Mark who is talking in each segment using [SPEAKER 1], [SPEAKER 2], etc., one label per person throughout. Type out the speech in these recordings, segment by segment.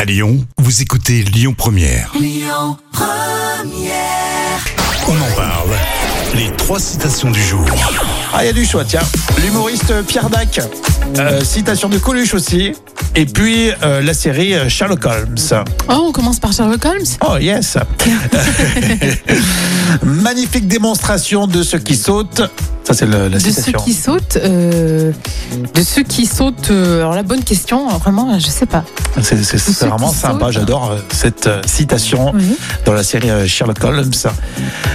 [SPEAKER 1] À Lyon, vous écoutez Lyon Première. On en parle. Les trois citations du jour.
[SPEAKER 2] Ah, il y a du choix, tiens. L'humoriste Pierre Dac, Euh, citation de Coluche aussi. Et puis euh, la série euh, Sherlock Holmes.
[SPEAKER 3] Oh, on commence par Sherlock Holmes
[SPEAKER 2] Oh yes Magnifique démonstration de ceux qui sautent. Ça, c'est le- la
[SPEAKER 3] De ceux
[SPEAKER 2] citation.
[SPEAKER 3] qui sautent, euh, de ceux qui sautent. euh, alors la bonne question, euh, vraiment, je sais pas.
[SPEAKER 2] C'est- C'est c'est
[SPEAKER 3] ceux
[SPEAKER 2] vraiment
[SPEAKER 3] qui
[SPEAKER 2] sympa,
[SPEAKER 3] sautent.
[SPEAKER 2] j'adore euh, cette euh, citation
[SPEAKER 3] Oui.
[SPEAKER 2] dans la série euh, Sherlock Holmes.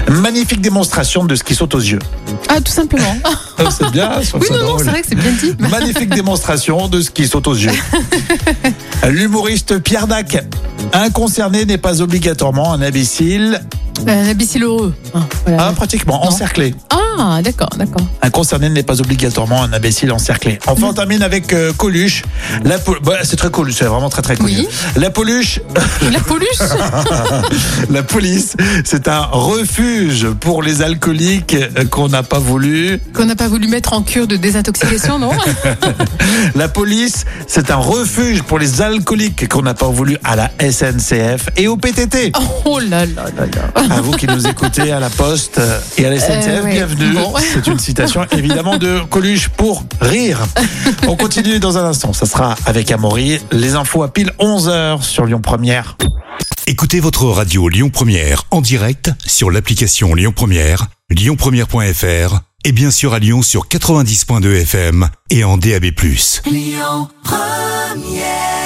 [SPEAKER 2] Magnifique démonstration de ce qui saute aux yeux.
[SPEAKER 3] Ah, tout simplement.
[SPEAKER 2] Oh, c'est bien, je trouve
[SPEAKER 3] oui,
[SPEAKER 2] ça
[SPEAKER 3] non, non,
[SPEAKER 2] drôle.
[SPEAKER 3] c'est vrai que c'est bien dit.
[SPEAKER 2] Magnifique démonstration de ce qui saute aux yeux. L'humoriste Pierre Dac. Un concerné n'est pas obligatoirement un imbécile.
[SPEAKER 3] Un imbécile heureux. hein,
[SPEAKER 2] Ah,
[SPEAKER 3] voilà.
[SPEAKER 2] pratiquement,
[SPEAKER 3] Non.
[SPEAKER 2] encerclé.
[SPEAKER 3] Ah, d'accord, d'accord.
[SPEAKER 2] Un concerné n'est pas obligatoirement un imbécile encerclé.
[SPEAKER 3] Mm.
[SPEAKER 2] Enfin, on termine avec euh, Coluche. La pol- bah, c'est très Coluche, c'est vraiment très très connu.
[SPEAKER 3] Oui.
[SPEAKER 2] La Poluche,
[SPEAKER 3] La polluche
[SPEAKER 2] la police, c'est un refuge pour les alcooliques euh, qu'on n'a pas voulu.
[SPEAKER 3] qu'on n'a pas voulu mettre en cure de désintoxication, non
[SPEAKER 2] La police, c'est un refuge pour les alcooliques qu'on n'a pas voulu à la SNCF et au PTT.
[SPEAKER 3] Oh là là là là.
[SPEAKER 2] À vous qui nous écoutez à la Poste et à la SNCF,
[SPEAKER 3] Euh, ouais.
[SPEAKER 2] bienvenue.
[SPEAKER 3] Bon.
[SPEAKER 2] C'est une citation évidemment de Coluche pour rire. On continue dans un instant. Ça sera avec Amaury. Les infos à pile 11h sur Lyon Première.
[SPEAKER 1] Écoutez votre radio Lyon Première en direct sur l'application Lyon Première, lyonpremière.fr et bien sûr à Lyon sur 90.2 FM et en DAB+.
[SPEAKER 4] Lyon Première